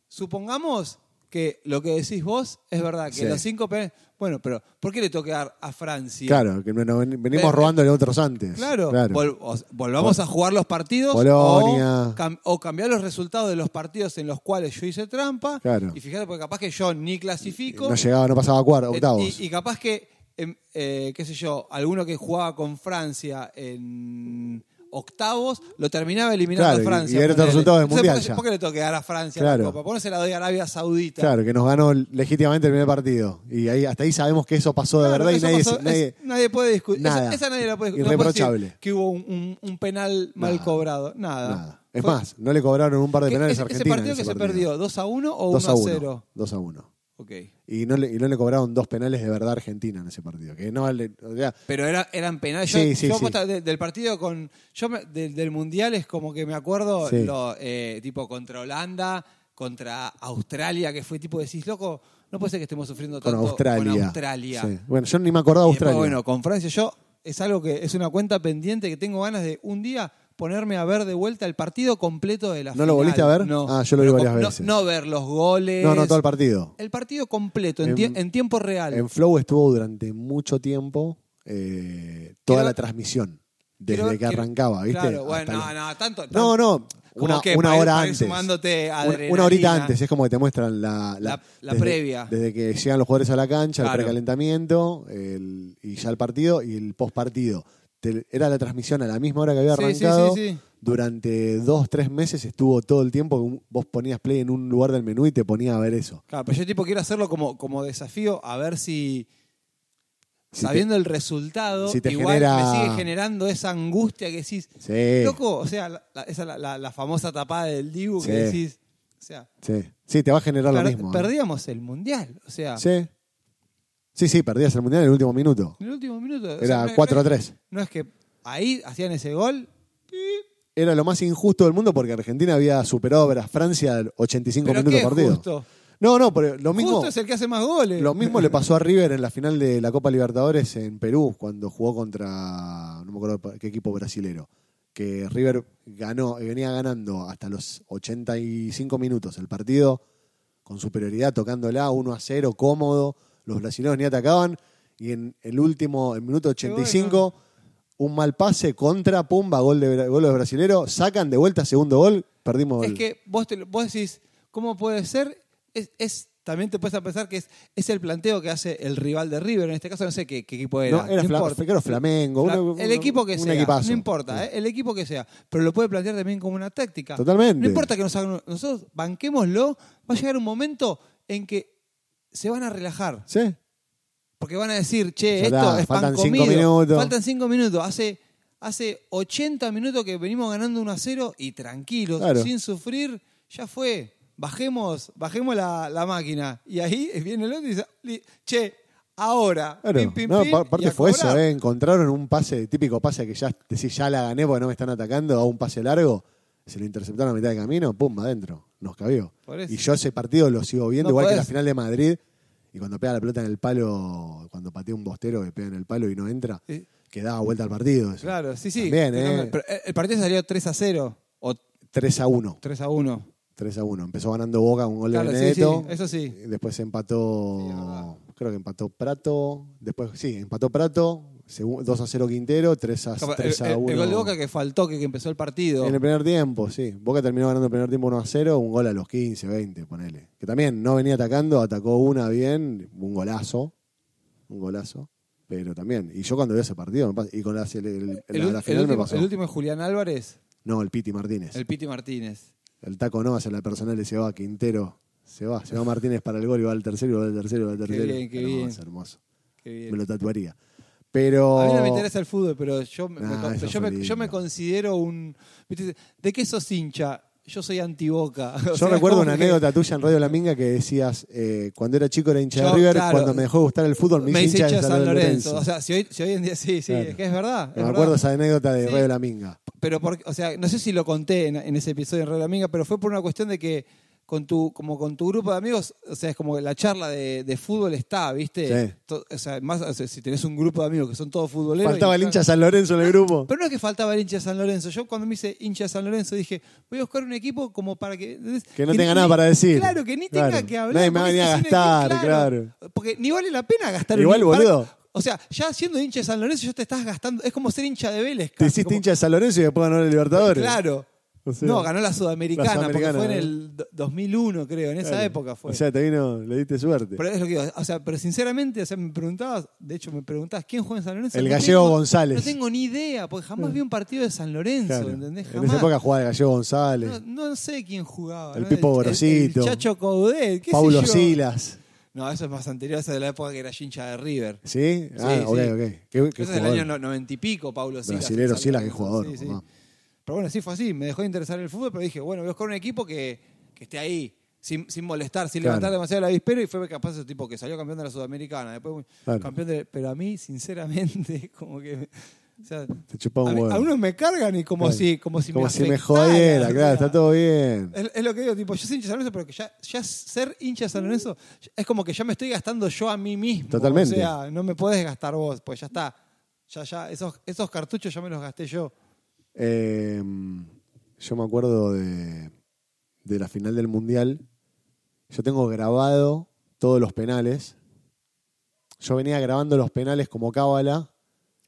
supongamos que lo que decís vos es verdad, que Sí. los cinco penales- Bueno, pero ¿por qué le tengo que dar a Francia? Claro, que no- venimos Ven- robándole a otros antes. Claro, vol- o- volvamos Vol- a jugar los partidos Polonia. O, cam- o cambiar los resultados de los partidos en los cuales yo hice trampa. Claro. Y fíjate, porque capaz que yo ni clasifico. No llegaba, no pasaba a cuarto, eh, octavos. y, y capaz que, em, eh, qué sé yo, alguno que jugaba con Francia en octavos lo terminaba eliminando Claro, a y- Francia. y era el ponele. resultado del Entonces, Mundial ¿por qué- ya. ¿Por qué le tengo que dar a Francia Claro. la Copa? ¿Por qué no se la doy a Arabia Saudita? claro, que nos ganó legítimamente el primer partido. Y ahí, hasta ahí sabemos que eso pasó de Claro, verdad y eso nadie. pasó, se- nadie- es- nadie puede discutir. Nada. Esa, esa nadie la puede discutir. Irreprochable. que hubo un, un- un penal mal Nada. cobrado. Nada. nada. Es Fue- más, no le cobraron un par de ¿Qué- penales ese, a ese Argentina. partido en que ese se perdió, ¿2 a 1 o 2 1 a a 1. 0? 2 a 1. Ok. Y no, le, y no le cobraron dos penales de verdad a Argentina en ese partido. Que no vale. o sea, Pero era, eran penales. Yo, Sí, sí, yo sí. posta de- del partido con. Yo me- del- del mundial es como que me acuerdo, Sí. lo, eh, tipo contra Holanda, contra Australia, que fue tipo decís, loco, no puede ser que estemos sufriendo con tanto Australia. con Australia. Sí. Bueno, yo ni me acordaba de Y después, Australia. bueno, con Francia yo es algo que es una cuenta pendiente que tengo ganas de un día ponerme a ver de vuelta el partido completo de la ¿No lo final. volviste a ver? No. Ah, yo lo vi Pero varias com- no- veces. No, ver los goles. no, no, todo el partido. El partido completo, en, En- tie- en tiempo real. En Flow estuvo durante mucho tiempo eh, toda Quiero- la transmisión. Desde Quiero- que quiero- arrancaba, ¿viste? Claro, bueno, Hasta no, la- no, tanto. No, tan- no. Como Una, que una para ir- hora para ir antes. sumándote Una- una adrenalina. horita antes, es como que te muestran la, La- la desde- previa. Desde que llegan los jugadores a la cancha, el Claro. precalentamiento, el- y ya el partido y el postpartido. Te- era la transmisión a la misma hora que había Sí, sí, sí, arrancado. sí. Durante dos, tres meses estuvo todo el tiempo. que un- Vos ponías play en un lugar del menú y te ponía a ver eso. Claro, pero yo tipo quiero hacerlo como, como desafío a ver si, Si te- sabiendo el resultado, si te igual genera- me sigue generando esa angustia que decís, Sí. loco, o sea, la, la- esa la, la- la famosa tapada del Dibu Sí. que decís, o sea, Sí, sí, te va a generar per- lo mismo. ¿eh? perdíamos el mundial, o sea, Sí. Sí, sí, perdías el mundial en el último minuto. en el último minuto. o sea, Era no es- 4 a no es- 3. No es que ahí hacían ese gol, Era lo más injusto del mundo porque Argentina había superado a Francia 85 pero minutos qué partido. justo. No, no, pero lo mismo, Justo es el que hace más goles. lo mismo le pasó a River en la final de la Copa Libertadores en Perú cuando jugó contra, no me acuerdo pa- qué equipo brasilero. que River ganó, venía ganando hasta los 85 minutos el partido con superioridad, tocándola 1 a 0, cómodo. Los brasileños ni atacaban. Y en el último, en minuto 85, un mal pase contra Pumba, gol de, gol de los brasileros. Sacan de vuelta segundo gol, perdimos Es el- que vos, te lo- vos decís, ¿cómo puede ser? Es, es- también te puedes a pensar que es, es el planteo que hace el rival de River, en este caso no sé qué, qué equipo era. No, era no Fla- importa. creo Flamengo. Fla- uno- el uno- equipo que un sea, equipazo. no importa, ¿eh? el equipo que sea, pero lo puede plantear también como una táctica. Totalmente. No importa que nos hagan, nosotros banquémoslo, va a llegar un momento en que se van a relajar, Sí. porque van a decir, che, Ya esto está, es pan faltan cinco comido, minutos. faltan cinco minutos, hace, hace 80 minutos que venimos ganando 1 a 0 y tranquilos, Claro. sin sufrir, ya fue, bajemos, bajemos la, la máquina. Y ahí viene el otro y dice, li- che, ahora, Claro. pim, pim, no, pim, pa- y aparte a fue cobrar. eso, ¿eh? Encontraron un pase, típico pase que ya decís, ya la gané porque no me están atacando, a un pase largo, se lo interceptaron a mitad de camino, pum, adentro. Nos cabió. Por eso. Y yo ese partido lo sigo No viendo, igual que la podés. final de Madrid, y cuando pega la pelota en el palo, cuando patea un bostero que pega en el palo y no entra, Sí. que daba vuelta al partido. eso. Claro, sí, sí. También, Fenómeno. ¿eh? Pero eh, el partido salió 3 a 0 o 3 a 1. 3 a 1. 3 a 1. Empezó ganando Boca un gol Claro, de sí, Benedetto. sí, eso sí. Y Después empató. creo que empató Prato. Después, sí, empató Prato. segu- 2 a 0 Quintero. 3 a, Capaz, 3 El, a el- 1. el gol de Boca que faltó, que, que empezó el partido. En el primer tiempo, sí. Boca terminó ganando el primer tiempo 1 a 0. Un gol a los 15, 20, ponele. Que también no venía atacando. Atacó una bien. Un golazo. Un golazo. Pero también. Y yo cuando veo ese partido. me pasa- y con la, el- el- El la- ul- la el final me último, pasó. el último es Julián Álvarez, No, el Piti Martínez. el Piti Martínez. El taco no hacia la personal y se va Quintero. Se va, se va Martínez para el gol y va al tercero, y va al tercero, y va al tercero. bien, qué hermoso, bien. hermoso. Qué bien. Me lo tatuaría. Pero. A mí no me interesa el fútbol, pero yo me, me Nah, con- Oh. Ah, eso yo fue me- yo me lindo. considero un... ¿viste? ¿De qué sos hincha? Yo soy antiboca. O Yo sea, recuerdo como una que- anécdota tuya en Radio La Minga que decías, eh, cuando era chico era hincha Yo, de River, claro. cuando me dejó de gustar el fútbol, me, Me hice dice hincha de San Lorenzo. O sea, si hoy, si hoy en día sí, sí, Claro. es que es verdad. es me verdad. acuerdo esa anécdota de Sí. Radio La Minga. pero por- o sea, no sé si lo conté en, en ese episodio en Radio Amiga, pero fue por una cuestión de que con tu, como con tu grupo de amigos, o sea, es como que la charla de, de fútbol está, ¿viste? Sí. To- o sea, más o sea, si tenés un grupo de amigos que son todos futboleros. Faltaba y- el hincha de San Lorenzo en el grupo. Pero no es que faltaba el hincha de San Lorenzo. Yo cuando me hice hincha de San Lorenzo dije, voy a buscar un equipo como para que. Que no ni- tenga nada para decir. Claro, que ni Claro. tenga que hablar. Nadie me va porque a venir a es un equipo- gastar, claro. Porque ni vale la pena gastar Igual, un boludo. O sea, ya siendo hincha de San Lorenzo, ya te estás gastando. Es como ser hincha de Vélez. Te casi, hiciste como- hincha de San Lorenzo y después ganó el Libertadores. Claro. O sea, no, ganó la Sudamericana, la Sudamericana, porque fue en ¿no? el do- 2001, creo, en esa Claro. época fue. O sea, te vino, le diste suerte. pero es lo que digo, o sea, pero sinceramente, o sea, me preguntabas, de hecho me preguntabas, ¿quién juega en San Lorenzo? El No Gallego tengo- González. No tengo ni idea, porque jamás vi un partido de San Lorenzo, Claro. ¿entendés? En Jamás. esa época jugaba el Gallego González, no, no sé quién jugaba. El ¿no? Pipo Gorosito. El, Chacho Coudet, qué Paulo sé yo. Silas. No, eso es más anterior, esa de la época que era hincha de River. ¿Sí? Ah, Sí, ok, sí. ok. ¿Qué, qué Eso es del jugador? año no- noventa y pico, Paulo Silas. en Brasilero San Silas, qué Lorenzo. jugador. Sí, sí. mamá. Pero bueno, sí fue así. Me dejó de interesar el fútbol, pero dije, bueno, voy a buscar un equipo que, que esté ahí, sin, sin molestar, sin Claro. levantar demasiado la avispero. Y fue capaz ese tipo que salió campeón de la Sudamericana. Después Claro. campeón de. Pero a mí, sinceramente, como que. o sea, Te chupa un a mí- huevo. a unos me cargan y como Claro. si, como si Como me si me afectara, jodiera, o claro, sea. está todo bien. Es, es lo que digo, tipo, yo soy hincha de San Lorenzo, pero que ya, ya ser hincha de San Lorenzo es como que ya me estoy gastando yo a mí mismo. Totalmente. O sea, no me podés gastar vos, pues ya está. Ya, ya, esos, esos cartuchos ya me los gasté yo. Eh, yo me acuerdo de, de la final del Mundial. Yo tengo grabado todos los penales. Yo venía grabando los penales como cábala.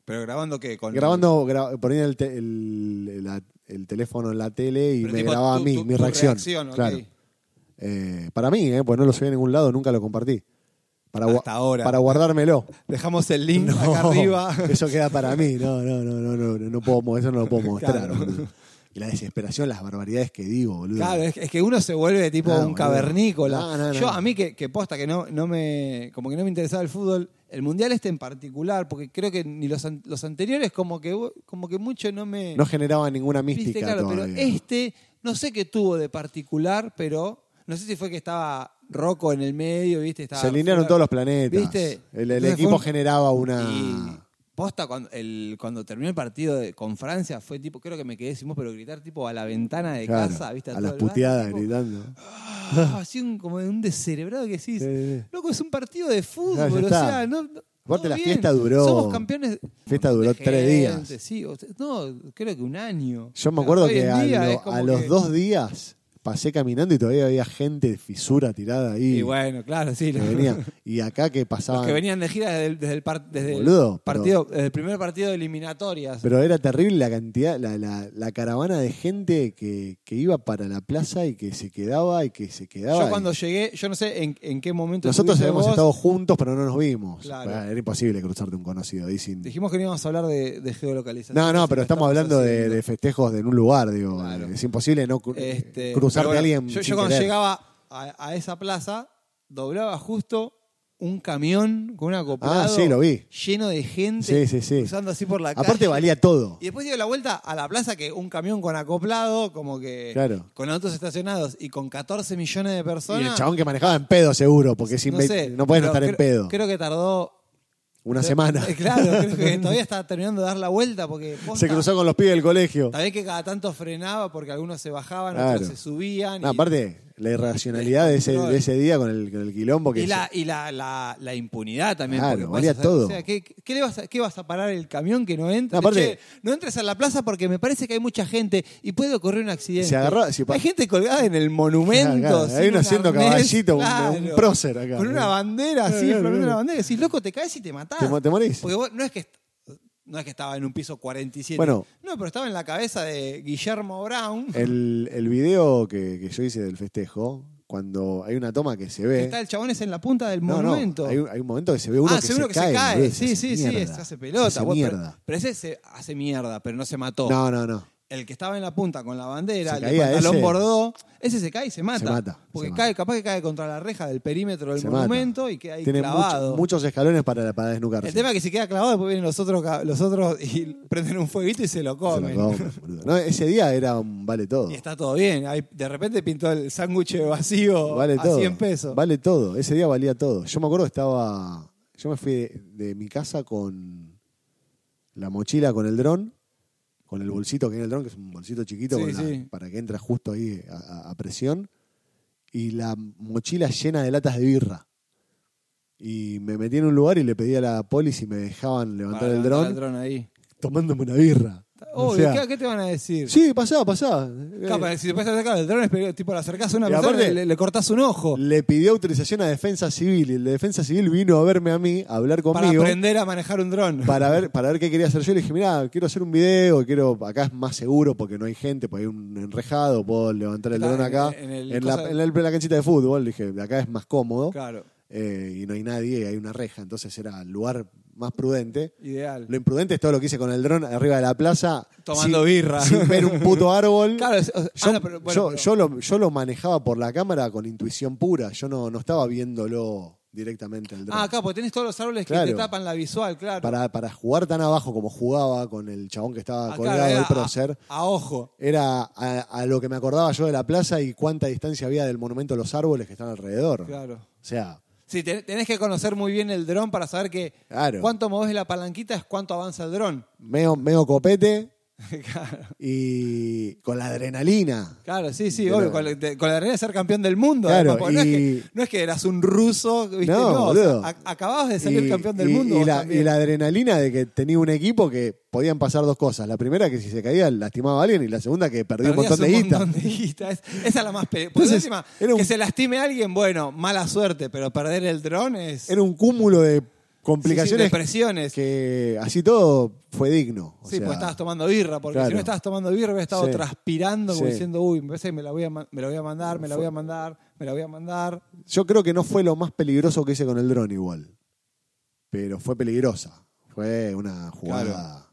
¿Pero grabando qué? Con Grabando, gra- ponía el, te- el- la- el teléfono en la tele y Pero me tipo, grababa tu- a mí, tu- mi tu reacción. reacción, ok. Claro. Eh, para mí, eh, pues no lo subí a ningún lado, nunca lo compartí. Para, gua- Hasta ahora. Para guardármelo. Dejamos el link No, acá arriba. Eso queda para mí. No, no, no, no, no, no, no puedo, mo- eso no lo puedo mostrar. Claro. boludo. Y la desesperación, las barbaridades que digo, boludo. Claro, es, es que uno se vuelve tipo No, un boludo. cavernícola. No, no, no. Yo, a mí que, que posta, que no, no me. Como que no me interesaba el fútbol. El mundial este en particular, porque creo que ni los, an- los anteriores, como que como que mucho no me. No generaba ninguna mística Viste, claro, todavía. pero este, no sé qué tuvo de particular, pero no sé si fue que estaba Rocco en el medio, ¿viste? Estaba Se alinearon todos los planetas. ¿Viste? El, el Entonces fue equipo un- generaba una... Y posta, cuando, el, cuando terminó el partido de- con Francia, fue tipo, creo que me quedé sin voz, pero gritar tipo a la ventana de claro, casa, ¿viste? a todo las el barrio, puteadas tipo, gritando. ah, así un, como un descerebrado que decís, Sí, sí. loco, es un partido de Claro, ya fútbol, o está. sea, no, no- Aparte, Todo la bien. fiesta duró. Somos campeones. fiesta de duró tres gente, días. Sí, o sea, no, creo que un año. Yo me O sea, acuerdo hoy que en a, día lo- es como a los que- dos días pasé caminando y todavía había gente de fisura tirada ahí. Y bueno, claro, sí. que los- venía. Y acá que Los pasaban. que venían de gira desde el, desde el par- desde el Boludo, pero- partido, desde el primer partido de eliminatorias. Pero era terrible la cantidad, la, la- la caravana de gente que, que iba para la plaza y que se quedaba y que se quedaba. yo cuando y- llegué, yo no sé en, en qué momento. Nosotros estuviste habíamos vos. estado juntos, pero no nos vimos. Ah, Claro. Era imposible cruzarte un conocido ahí sin. Dijimos que no íbamos a hablar de, de geolocalización. No, no, Así pero lo estamos hablando de, haciendo. de festejos en un lugar, digo. Claro. Es imposible no cru- Este, cruzarte pero bueno, a alguien. Yo, yo sin cuando querer. llegaba a, a esa plaza, doblaba justo un camión con un acoplado Ah, sí, lo vi. lleno de gente Sí, sí, sí. cruzando así por la calle. Aparte valía todo. Y después dio la vuelta a la plaza que un camión con acoplado, como que Claro. con autos estacionados y con 14 millones de Y personas. el chabón que manejaba en pedo, seguro, porque sin no, ve- sé, no puedes no estar pero en creo- pedo. Creo que tardó Una Creo- semana. Eh, Claro, creo que todavía estaba terminando de dar la vuelta porque posta, Se cruzó con los pibes del colegio. Tal vez que cada tanto frenaba porque algunos se bajaban, otros Claro. se subían. No, y- aparte, la irracionalidad de ese, de ese día con el, con el quilombo que Y la, y la, la, la impunidad también. Claro, porque valía podés hacer- todo. O sea, ¿qué, qué le vas a, qué vas a parar el camión que no entra? No, aparte- Che, no entres a la plaza porque me parece que hay mucha gente y puede ocurrir un accidente. Se agarró- si pa- hay gente colgada en el monumento. Claro, claro, sin hay uno un haciendo arnés, caballito, un- un prócer acá. Con una bandera así, Claro, flameando claro. una bandera. Y decís, loco, te caes y te matás. Te mo- te morís. Porque vos- no es que... est- No es que estaba en un piso 47. Bueno. Eh. no, pero estaba en la cabeza de Guillermo Brown. El, el video que, que yo hice del festejo, cuando hay una toma que se ve. que está el chabón es en la punta del No, no, monumento. hay, un- hay un momento que se ve uno ah, que, seguro se que cae, se cae. boludo, Sí, hace sí, sí, mierda. se hace pelota. Se hace Vos, pero- mierda. Pero, ese se hace mierda, pero no se mató. No, no, no. El que estaba en la punta con la bandera, Se el de caía pantalón ese. bordó, ese se cae y se mata. Se mata, Porque se cae, mata. capaz que cae contra la reja del perímetro del Se mata. monumento y queda ahí Tiene mucho- clavado. muchos escalones para, para desnucarse. El tema es que si queda clavado, después vienen los otros, ca- los otros y prenden un fueguito y se lo Se comen. lo comen, boludo. No, ese día era un vale todo. Y está todo bien. Ahí, de repente pintó el sándwich vacío Vale a todo. 100 pesos. Vale todo. Ese día valía todo. Yo me acuerdo que estaba. Yo me fui de, de mi casa con la mochila con el dron, con el bolsito que tiene el dron, que es un bolsito chiquito Sí, con la- sí. para que entra justo ahí a, a- a presión, y la mochila llena de latas de birra. Y me metí en un lugar y le pedí a la poli si me dejaban levantar Para el levantar dron ahí. tomándome una birra. O Obvio, sea, ¿qué, qué te van a decir? Sí, pasá, pasá. Capaz, si te puedes acercar al dron, es peligroso. tipo, le acercás a una Y persona aparte- y le, le cortás un ojo le pidió autorización a Defensa Civil y el de Defensa Civil vino a verme a mí, a hablar para conmigo, para, aprender a manejar un dron. ver, para ver qué quería hacer yo. Le dije, mirá, quiero hacer un video, quiero acá es más seguro porque no hay gente, porque hay un enrejado, puedo levantar el Está dron en- acá. en En, el cosa- la, en el- en la canchita de fútbol, le dije, acá es más cómodo Claro, eh, y no hay nadie y hay una reja, entonces era el lugar más prudente. ideal. Lo imprudente es todo lo que hice con el dron arriba de la plaza. Tomando sin- birra. Sin ver un puto árbol. Claro, es- o sea, Yo, ah, no, pero- bueno, yo- pero- yo lo, yo lo manejaba por la cámara con intuición pura. Yo no, no estaba viéndolo directamente al dron. Ah, acá, porque tenés todos los árboles que Claro. te tapan la visual, claro. para, para jugar tan abajo como jugaba con el chabón que estaba Acá colgado Ah, era del a- prócer, A, ojo. era a, a lo que me acordaba yo de la plaza y cuánta distancia había del monumento a los árboles que están alrededor. Claro. O sea, Sí, ten- tenés que conocer muy bien el dron para saber que Claro. cuánto movés la palanquita es cuánto avanza el dron. meo, meo copete claro. y con la adrenalina. Claro, sí, sí, Pero- obvio, con, la- de- con la realidad de ser campeón del mundo. Claro, además, porque no, es y- que, no es que eras un ruso, ¿viste? No, o sea, boludo. a- acababas de salir campeón del y- mundo. Y vos la, también. y la adrenalina de que tenía un equipo que podían pasar dos cosas. La primera, que si se caía lastimaba a alguien. Y la segunda, que perdía un Perdías montón de guita. montón de guita. Es- esa es la más pe- Porque Entonces, encima, era un- que se lastime a alguien, bueno, mala suerte, pero perder el dron es. Era un cúmulo de complicaciones depresiones. que así todo fue digno. O sí, sea, pues estabas tomando birra, porque si claro. no estabas tomando birra hubiera estado Sí. transpirando, como Sí. diciendo, uy, me parece que me la, voy a, ma- me la voy a mandar, me la voy a mandar, me la voy a mandar. Yo creo que no fue lo más peligroso que hice con el dron igual. Pero fue peligrosa. Fue una jugada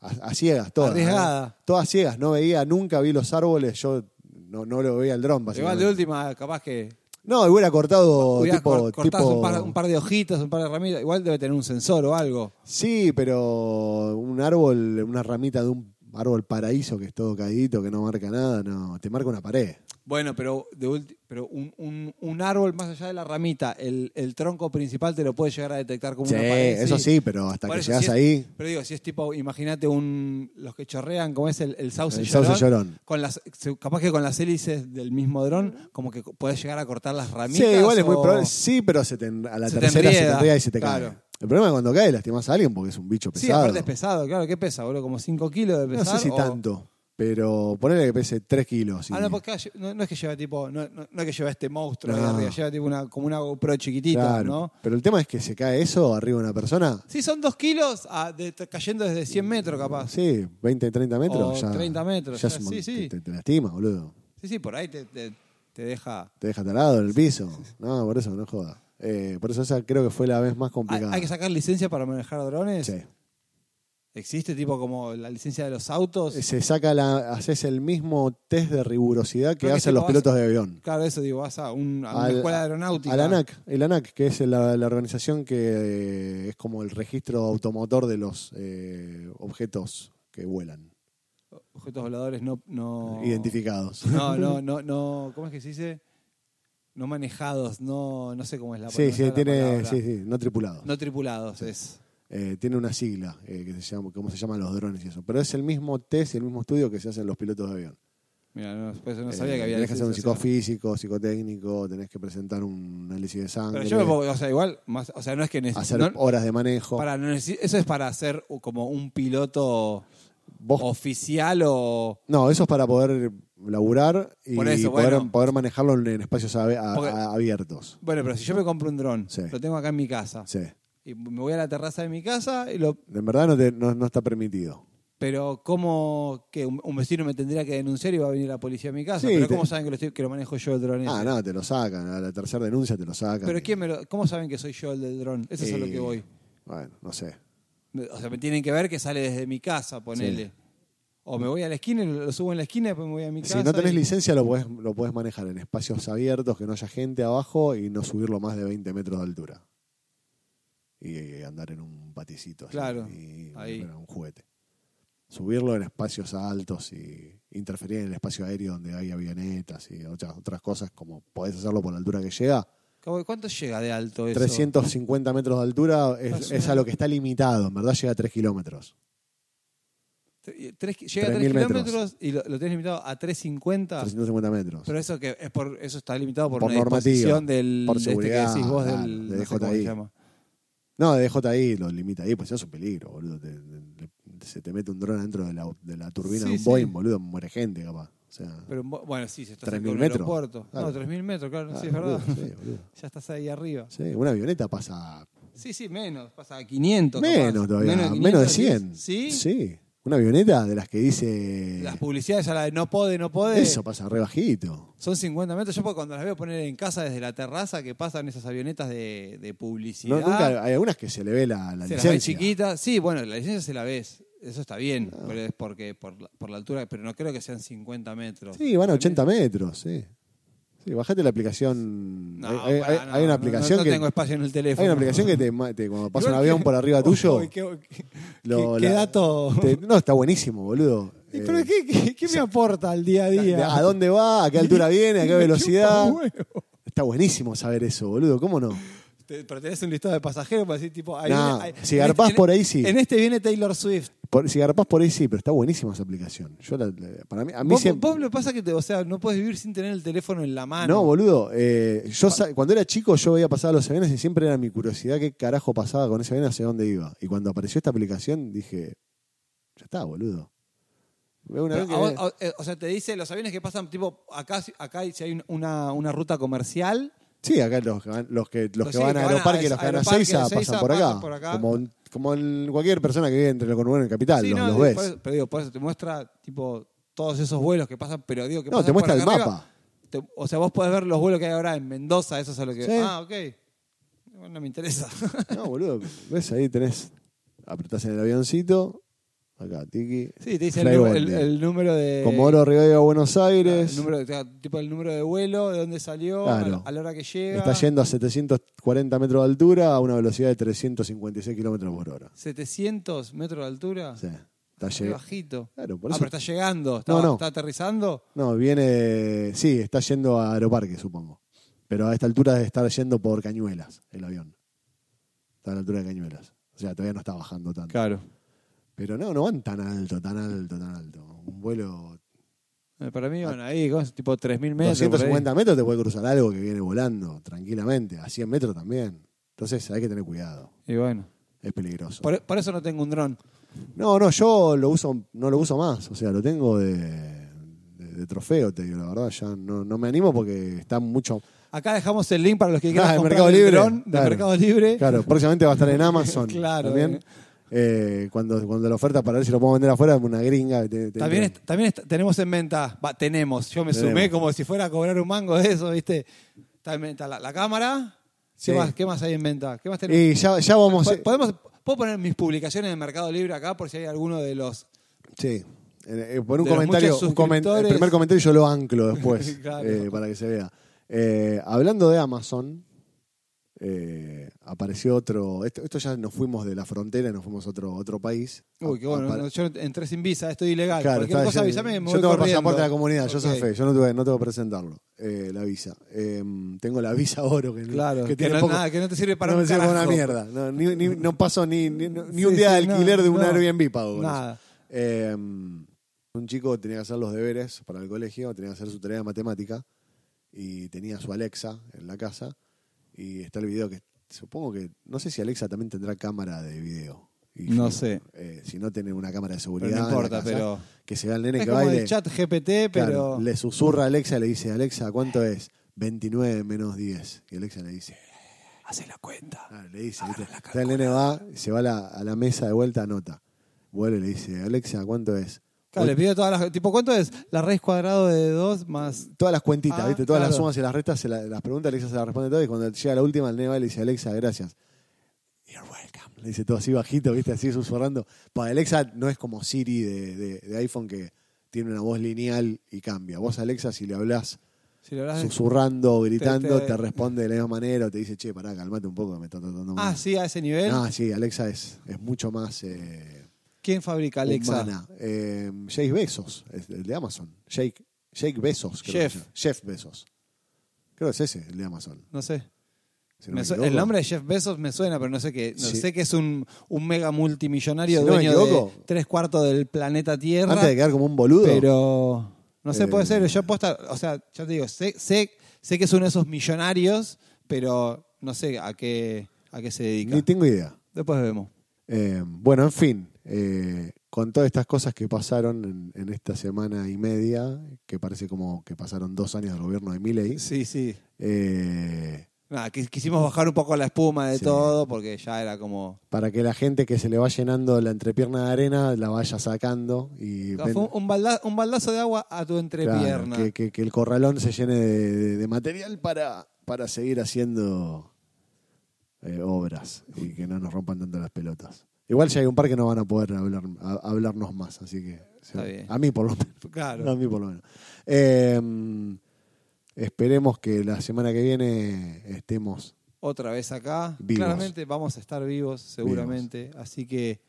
a, a ciegas, todas. Arriesgada. ¿no? Todas ciegas. No veía, nunca vi los árboles. Yo no, no lo veía el dron, Igual de básicamente. última, capaz que. No, hubiera cortado hubiera tipo, cor- cortás tipo- un, par, un par de hojitas, un par de ramitas. Igual debe tener un sensor o algo. Sí, pero un árbol, una ramita de un árbol paraíso que es todo caído, que no marca nada, no, te marca una pared. Bueno, pero, de ulti- pero un, un- un árbol más allá de la ramita, el, el tronco principal te lo puede llegar a detectar como Sí, una pared. eso sí, pero hasta Por que eso, llegas si es- ahí, Pero digo, si es tipo, imagínate un los que chorrean, como es el, el sauce El llorón. sauce llorón. Con las, se- capaz que con las hélices del mismo dron, como que podés llegar a cortar las ramitas. Sí, igual es muy o- probable. Sí, pero se te en- a la Se te tercera se te enrieda. enreda y se te Claro. cae. El problema es cuando cae lastimas a alguien porque es un bicho Sí, pesado. aparte es pesado, claro, ¿qué pesa, boludo? Como 5 kilos de pesar. no sé si o- tanto, pero ponele que pese 3 kilos. y- Ah, no, porque lle- no, no es que lleva tipo, no, no- no es que lleva este monstruo ahí No. arriba, lleva tipo una, como una GoPro chiquitita, Claro, ¿no? Pero el tema es que se cae eso arriba de una persona. Sí, son 2 kilos ah, de- cayendo desde 100 metros capaz. Sí, 20, 30 metros. O ya, 30 metros, Ya, ya, es un sí, mon- sí. Te, te lastima, boludo. Sí, sí, por ahí te, te- te deja. Te deja talado en el piso. No, por eso no joda. Eh, por eso esa creo que fue la vez más ¿Hay, complicada. hay que sacar licencia para manejar drones? Sí. ¿Existe tipo como la licencia de los autos? Se saca la, haces el mismo test de rigurosidad que Creo que hacen tipo los pilotos vas- de avión. Claro, eso digo, vas a, un- a una Al- escuela de aeronáutica. Al ANAC, el ANAC, que es la, la organización que eh, es como el registro automotor de los eh, objetos que vuelan, Objetos voladores no... no... identificados. No, no, no, no. ¿Cómo es que se dice? No manejados, no, no sé cómo es la sí, no sé sí, la tiene, palabra. sí, sí, no tripulados. No tripulados, es. Eh, tiene una sigla, eh, que se llama, cómo se llaman los drones y eso. Pero es el mismo test y el mismo estudio que se hacen los pilotos de avión. Mira, no, por eso no sabía Eh, que había. Tenés que hacer un licencia, psicofísico, psicotécnico, tenés que presentar un análisis de o sea. sangre, Pero yo me pongo, o sea, igual, más, o sea, no es que neces- hacer no- horas de manejo. para, no neces- eso es para ser como un piloto Vos- oficial o. No, eso es para poder laburar y Por eso, poder, bueno. poder manejarlo en, en espacios abe- a- Porque- a- abiertos. Bueno, pero si yo me compro un dron, Sí. lo tengo acá en mi casa, Sí. y me voy a la terraza de mi casa, y lo, En verdad no, te- no- no está permitido. pero ¿cómo que un, un vecino me tendría que denunciar y va a venir la policía a mi casa? Sí, pero te- ¿cómo saben que lo, estoy- que lo manejo yo el dron? Ah, ese? no, te lo sacan. A la tercera denuncia te lo sacan. Pero ¿quién me lo- ¿cómo saben que soy yo el del dron? Eso es a lo Eh, que voy. Bueno, no sé. Me- O sea, me tienen que ver que sale desde mi casa, ponele. Sí. O me voy a la esquina y lo lo subo en la esquina y después me voy a mi casa. Si no tenés y- licencia lo podés, lo podés manejar en espacios abiertos, que no haya gente abajo y no subirlo más de 20 metros de altura. Y, eh, andar en un paticito. así, Claro, y- ahí. bueno, un juguete. Subirlo en espacios altos y interferir en el espacio aéreo donde hay avionetas y otras, otras cosas como podés hacerlo por la altura que llega. Cabo, ¿Cuánto llega de alto eso? 350 metros de altura es, Más o es a lo que está limitado. En verdad llega a 3 kilómetros. Tre- tres- llega a 3 3.000 metros. kilómetros y lo, lo tenés limitado a 350. 350 metros. Ah, Pero eso que es por eso está limitado por, Por una normativa, disposición del por de este que seguridad, decís vos claro, del de no sé cómo se DJI. llama. No, dejo ahí, lo limita ahí, pues eso es un peligro, boludo. Te- te- te- se te mete un dron dentro de la, de la turbina Sí, de un sí. Boeing, boludo, muere gente, capaz. O sea, Pero bu- bueno, sí, se está 3.000 cerca de un metros. aeropuerto. Claro. No, 3000 metros, claro, ah, sí es verdad. boludo, sí, boludo. Ya estás ahí arriba. Sí, una avioneta pasa Sí, sí, menos, pasa a 500 capaz. menos todavía, menos de, 100. 500, ¿sí? Sí, una avioneta de las que dice... Las publicidades a la de no pode, no pode. Eso pasa re bajito. Son 50 metros. Yo cuando las veo poner en casa desde la terraza que pasan esas avionetas de, de publicidad. No, nunca, hay algunas que se le ve la, la se las ve licencia. chiquitas. Sí, bueno, la licencia se la ves. Eso está bien, Ah. pero es porque por la, por la altura, pero no creo que sean 50 metros. Sí, van a 80 metros, sí. Sí, bajate la aplicación. No, hay, Eh, hay- pará, hay- no, hay una no, no, aplicación no que tengo espacio en el teléfono. hay una aplicación que te, ma- te- cuando pasa un Igual avión que- por arriba Uy, tuyo, qué, qué- lo- qué- qué la- dato. te- no está buenísimo, boludo. ¿Y Eh, pero qué, qué- qué me aporta al día a de- día? ¿A dónde va? ¿A qué altura viene? ¿A qué Me velocidad? chupa un huevo. Está buenísimo saber eso, boludo. ¿Cómo no? Te- Pero tenés un listado de pasajeros para decir, tipo, ahí Nah, viene- ahí- si en garpás este- por ahí, sí. En este viene Taylor Swift. Por- si garpás por ahí sí, pero está buenísima esa aplicación. Yo la- la- para mí, a mí vos, siempre- vos lo que pasa que te, o sea, no puedes vivir sin tener el teléfono en la mano. No, boludo. eh, yo sa- cuando era chico yo veía pasar a los aviones y siempre era mi curiosidad qué carajo pasaba con ese avión hacia dónde iba. Y cuando apareció esta aplicación dije, ya está, boludo. Veo un Pero avión que a vos- viene- a- eh, o sea, te dice los aviones que pasan, tipo, acá, acá si hay un- una, una ruta comercial. Sí, acá los, que van- los que, los que sí, van a Aeroparque y los que van a Aeroparque, Seiza Ezeiza, pasan por pasan acá. por acá. Como, como el- cualquier persona que vive entre el conurbano y el capital, Sí, los, no, los digo, ves. por eso- pero digo, por eso te muestra, tipo, todos esos vuelos que pasan, pero digo que No, pasan te por acá muestra el arriba. mapa. Te- o sea, vos podés ver los vuelos que hay ahora en Mendoza, eso es a lo que. Sí. Ah, ok. Bueno, No me interesa. No, boludo, ves ahí tenés, apretás en el avioncito, acá, tiki. sí, te dice el, Fly número- el- Bondi. el número de. Ah, Comodoro Rivadavia, Buenos el Aires. número, o sea, tipo el número de vuelo, de dónde salió, Claro. a, la, a la hora que llega. Está yendo a 740 metros de altura a una velocidad de 356 kilómetros por hora. 700 metros de altura. O sea, está Qué llegando. bajito. Claro, por Ah, eso. pero está llegando. Está, No, no. está aterrizando. No, viene. Sí, está yendo a Aeroparque, supongo. Pero a esta altura debe estar yendo por Cañuelas, el avión. Está a la altura de Cañuelas. O sea, todavía no está bajando tanto. Claro. Pero no, no van tan alto, tan alto, tan alto. Un vuelo. Eh, Para Ah. mí, bueno, ahí, ¿cómo es? tipo 3.000 metros. por ahí. 250 metros te puede cruzar algo que viene volando tranquilamente. A 100 metros también. Entonces hay que tener cuidado. Y bueno. Es peligroso. Por, por eso no tengo un dron. No, no, yo lo uso, no lo uso más. O sea, lo tengo de, de- de trofeo, te digo, la verdad. Ya no, no me animo porque está mucho. Acá dejamos el link para los que quieran Ah, de comprar Mercado el Libre. dron de claro. Mercado Libre. Claro, próximamente va a estar en Amazon. Claro, También. eh. Eh, cuando, cuando la oferta para ver si lo puedo vender afuera es una gringa. que te- te- También, est- también est- tenemos en venta, va, tenemos, yo me sumé Este, Tenemos. como si fuera a cobrar un mango de eso, ¿viste? Está en venta la, la cámara. ¿Qué, Sí. más, ¿Qué más hay en venta? ¿Qué más tenemos? Y ya, ya vamos. eh, Po- ¿Podemos, ¿Puedo poner mis publicaciones de Mercado Libre acá por si hay alguno de los... Sí. Eh, eh, por un De los comentario, muchos un comen- el suscriptores. primer comentario yo lo anclo después Claro. eh, para que se vea. Eh, hablando de Amazon, eh, apareció otro. Esto, esto ya nos fuimos de la frontera, y nos fuimos a otro, otro país. Uy, qué bueno, Apa- no, yo entré sin visa, estoy ilegal. Uh, Claro, Cualquier está, cosa yo- avísame, me Yo voy tengo el corriendo. pasaporte de la comunidad, yo Ok. soy fe, yo no tuve, no tengo que presentarlo, eh, la visa. Eh, tengo la visa oro que, Claro, que tiene no- poco- nada, que no te sirve para no un me sirve para una carajo. mierda. No, ni, ni- no paso ni, ni, ni un Sí, día de sí, no, alquiler de un no. Airbnb pago. con Nada. eso. Eh, un chico tenía que hacer los deberes para el colegio, tenía que hacer su tarea de matemática y tenía su Alexa en la casa y está el video que supongo que no sé si Alexa también tendrá cámara de video. Y No si- sé. eh, si no tiene una cámara de seguridad, en la importa, casa, pero- que se vea el nene Es que como va y el le- chat GPT, pero... Claro, le susurra a Alexa y le dice, Alexa, ¿cuánto es? 29 menos 10. Y Alexa le dice, Hace la cuenta. claro, le dice, ¿viste? Entonces el nene va, se va a la, a la mesa de vuelta, anota. Vuelve y le dice, Alexa, ¿cuánto es? Claro, le pido todas las... Tipo, ¿cuánto es la raíz cuadrado de 2 más...? Todas las cuentitas, Ah, ¿viste? Todas las claro. sumas y las restas, se la- las preguntas, Alexa se las responde todas. Y cuando llega la última, el nene va y le dice, Alexa, gracias. You're welcome. Le dice todo así bajito, ¿viste? Así susurrando. Para Alexa no es como Siri de, de- de iPhone que tiene una voz lineal y cambia. Vos, Alexa, si le hablás Si lo habrás- susurrando, gritando, te, te- responde de la misma manera o te dice, che, pará, calmate un poco, me está tratando mal. Ah, sí, a ese nivel. Ah, sí, Alexa es, es mucho más eh, ¿Quién fabrica Alexa? humana. Eh, Jake Bezos, es el de Amazon. Jake, Jake Bezos. creo que Jeff. se llama. Jeff Bezos. Creo que es ese, el de Amazon. No sé. si no Me me su- equivoco. el nombre de Jeff Bezos me suena, pero no sé qué. No Sí. Sé que es un, un mega multimillonario Si no me dueño equivoco. de tres cuartos del planeta Tierra. Antes de quedar como un boludo. Pero no sé, puede Eh. ser. Yo aposta, o sea, yo te digo, sé, sé, sé que es uno de esos millonarios, pero no sé a qué, a qué se dedica. Ni tengo idea. Después vemos. Eh, bueno, en fin, eh, con todas estas cosas que pasaron en, en esta semana y media, que parece como que pasaron dos años del gobierno de Milley, Sí, sí. eh, Nada, qui- quisimos bajar un poco la espuma de Sí. todo porque ya era como. para que la gente que se le va llenando la entrepierna de arena la vaya sacando y ven- Fue un, balda- un baldazo de agua a tu claro, entrepierna. que, que- que el corralón se llene de, de- de material para, para seguir haciendo eh, obras y que no nos rompan tanto las pelotas. Igual ya hay un par que no van a poder hablar, a- hablarnos más, así que Está bien. a mí por lo menos. Claro. A mí por lo menos. Eh, esperemos que la semana que viene estemos. otra vez acá. Vivos. Claramente vamos a estar vivos, seguramente. Así que,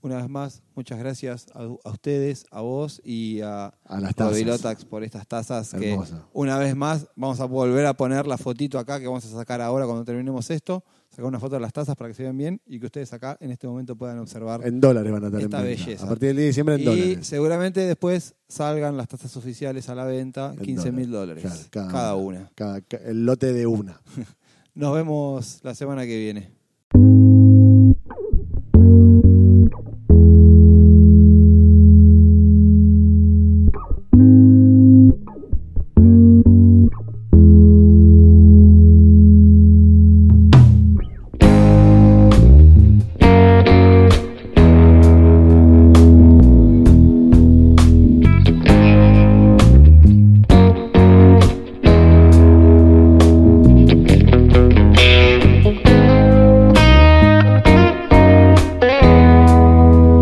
una vez más, muchas gracias a, a ustedes, a vos y a, A las tazas. Babilotax por estas tazas. Que Hermosa. una vez más vamos a volver a poner la fotito acá que vamos a sacar ahora cuando terminemos esto. Sacar una foto de las tazas para que se vean bien y que ustedes acá en este momento puedan observar. En dólares van a estar Esta en venta. belleza. A partir del 10 de diciembre en y dólares. seguramente después salgan las tazas oficiales a la venta, En 15 mil dólares Claro, cada, una. Cada- ca- el lote de una. Nos vemos la semana que viene.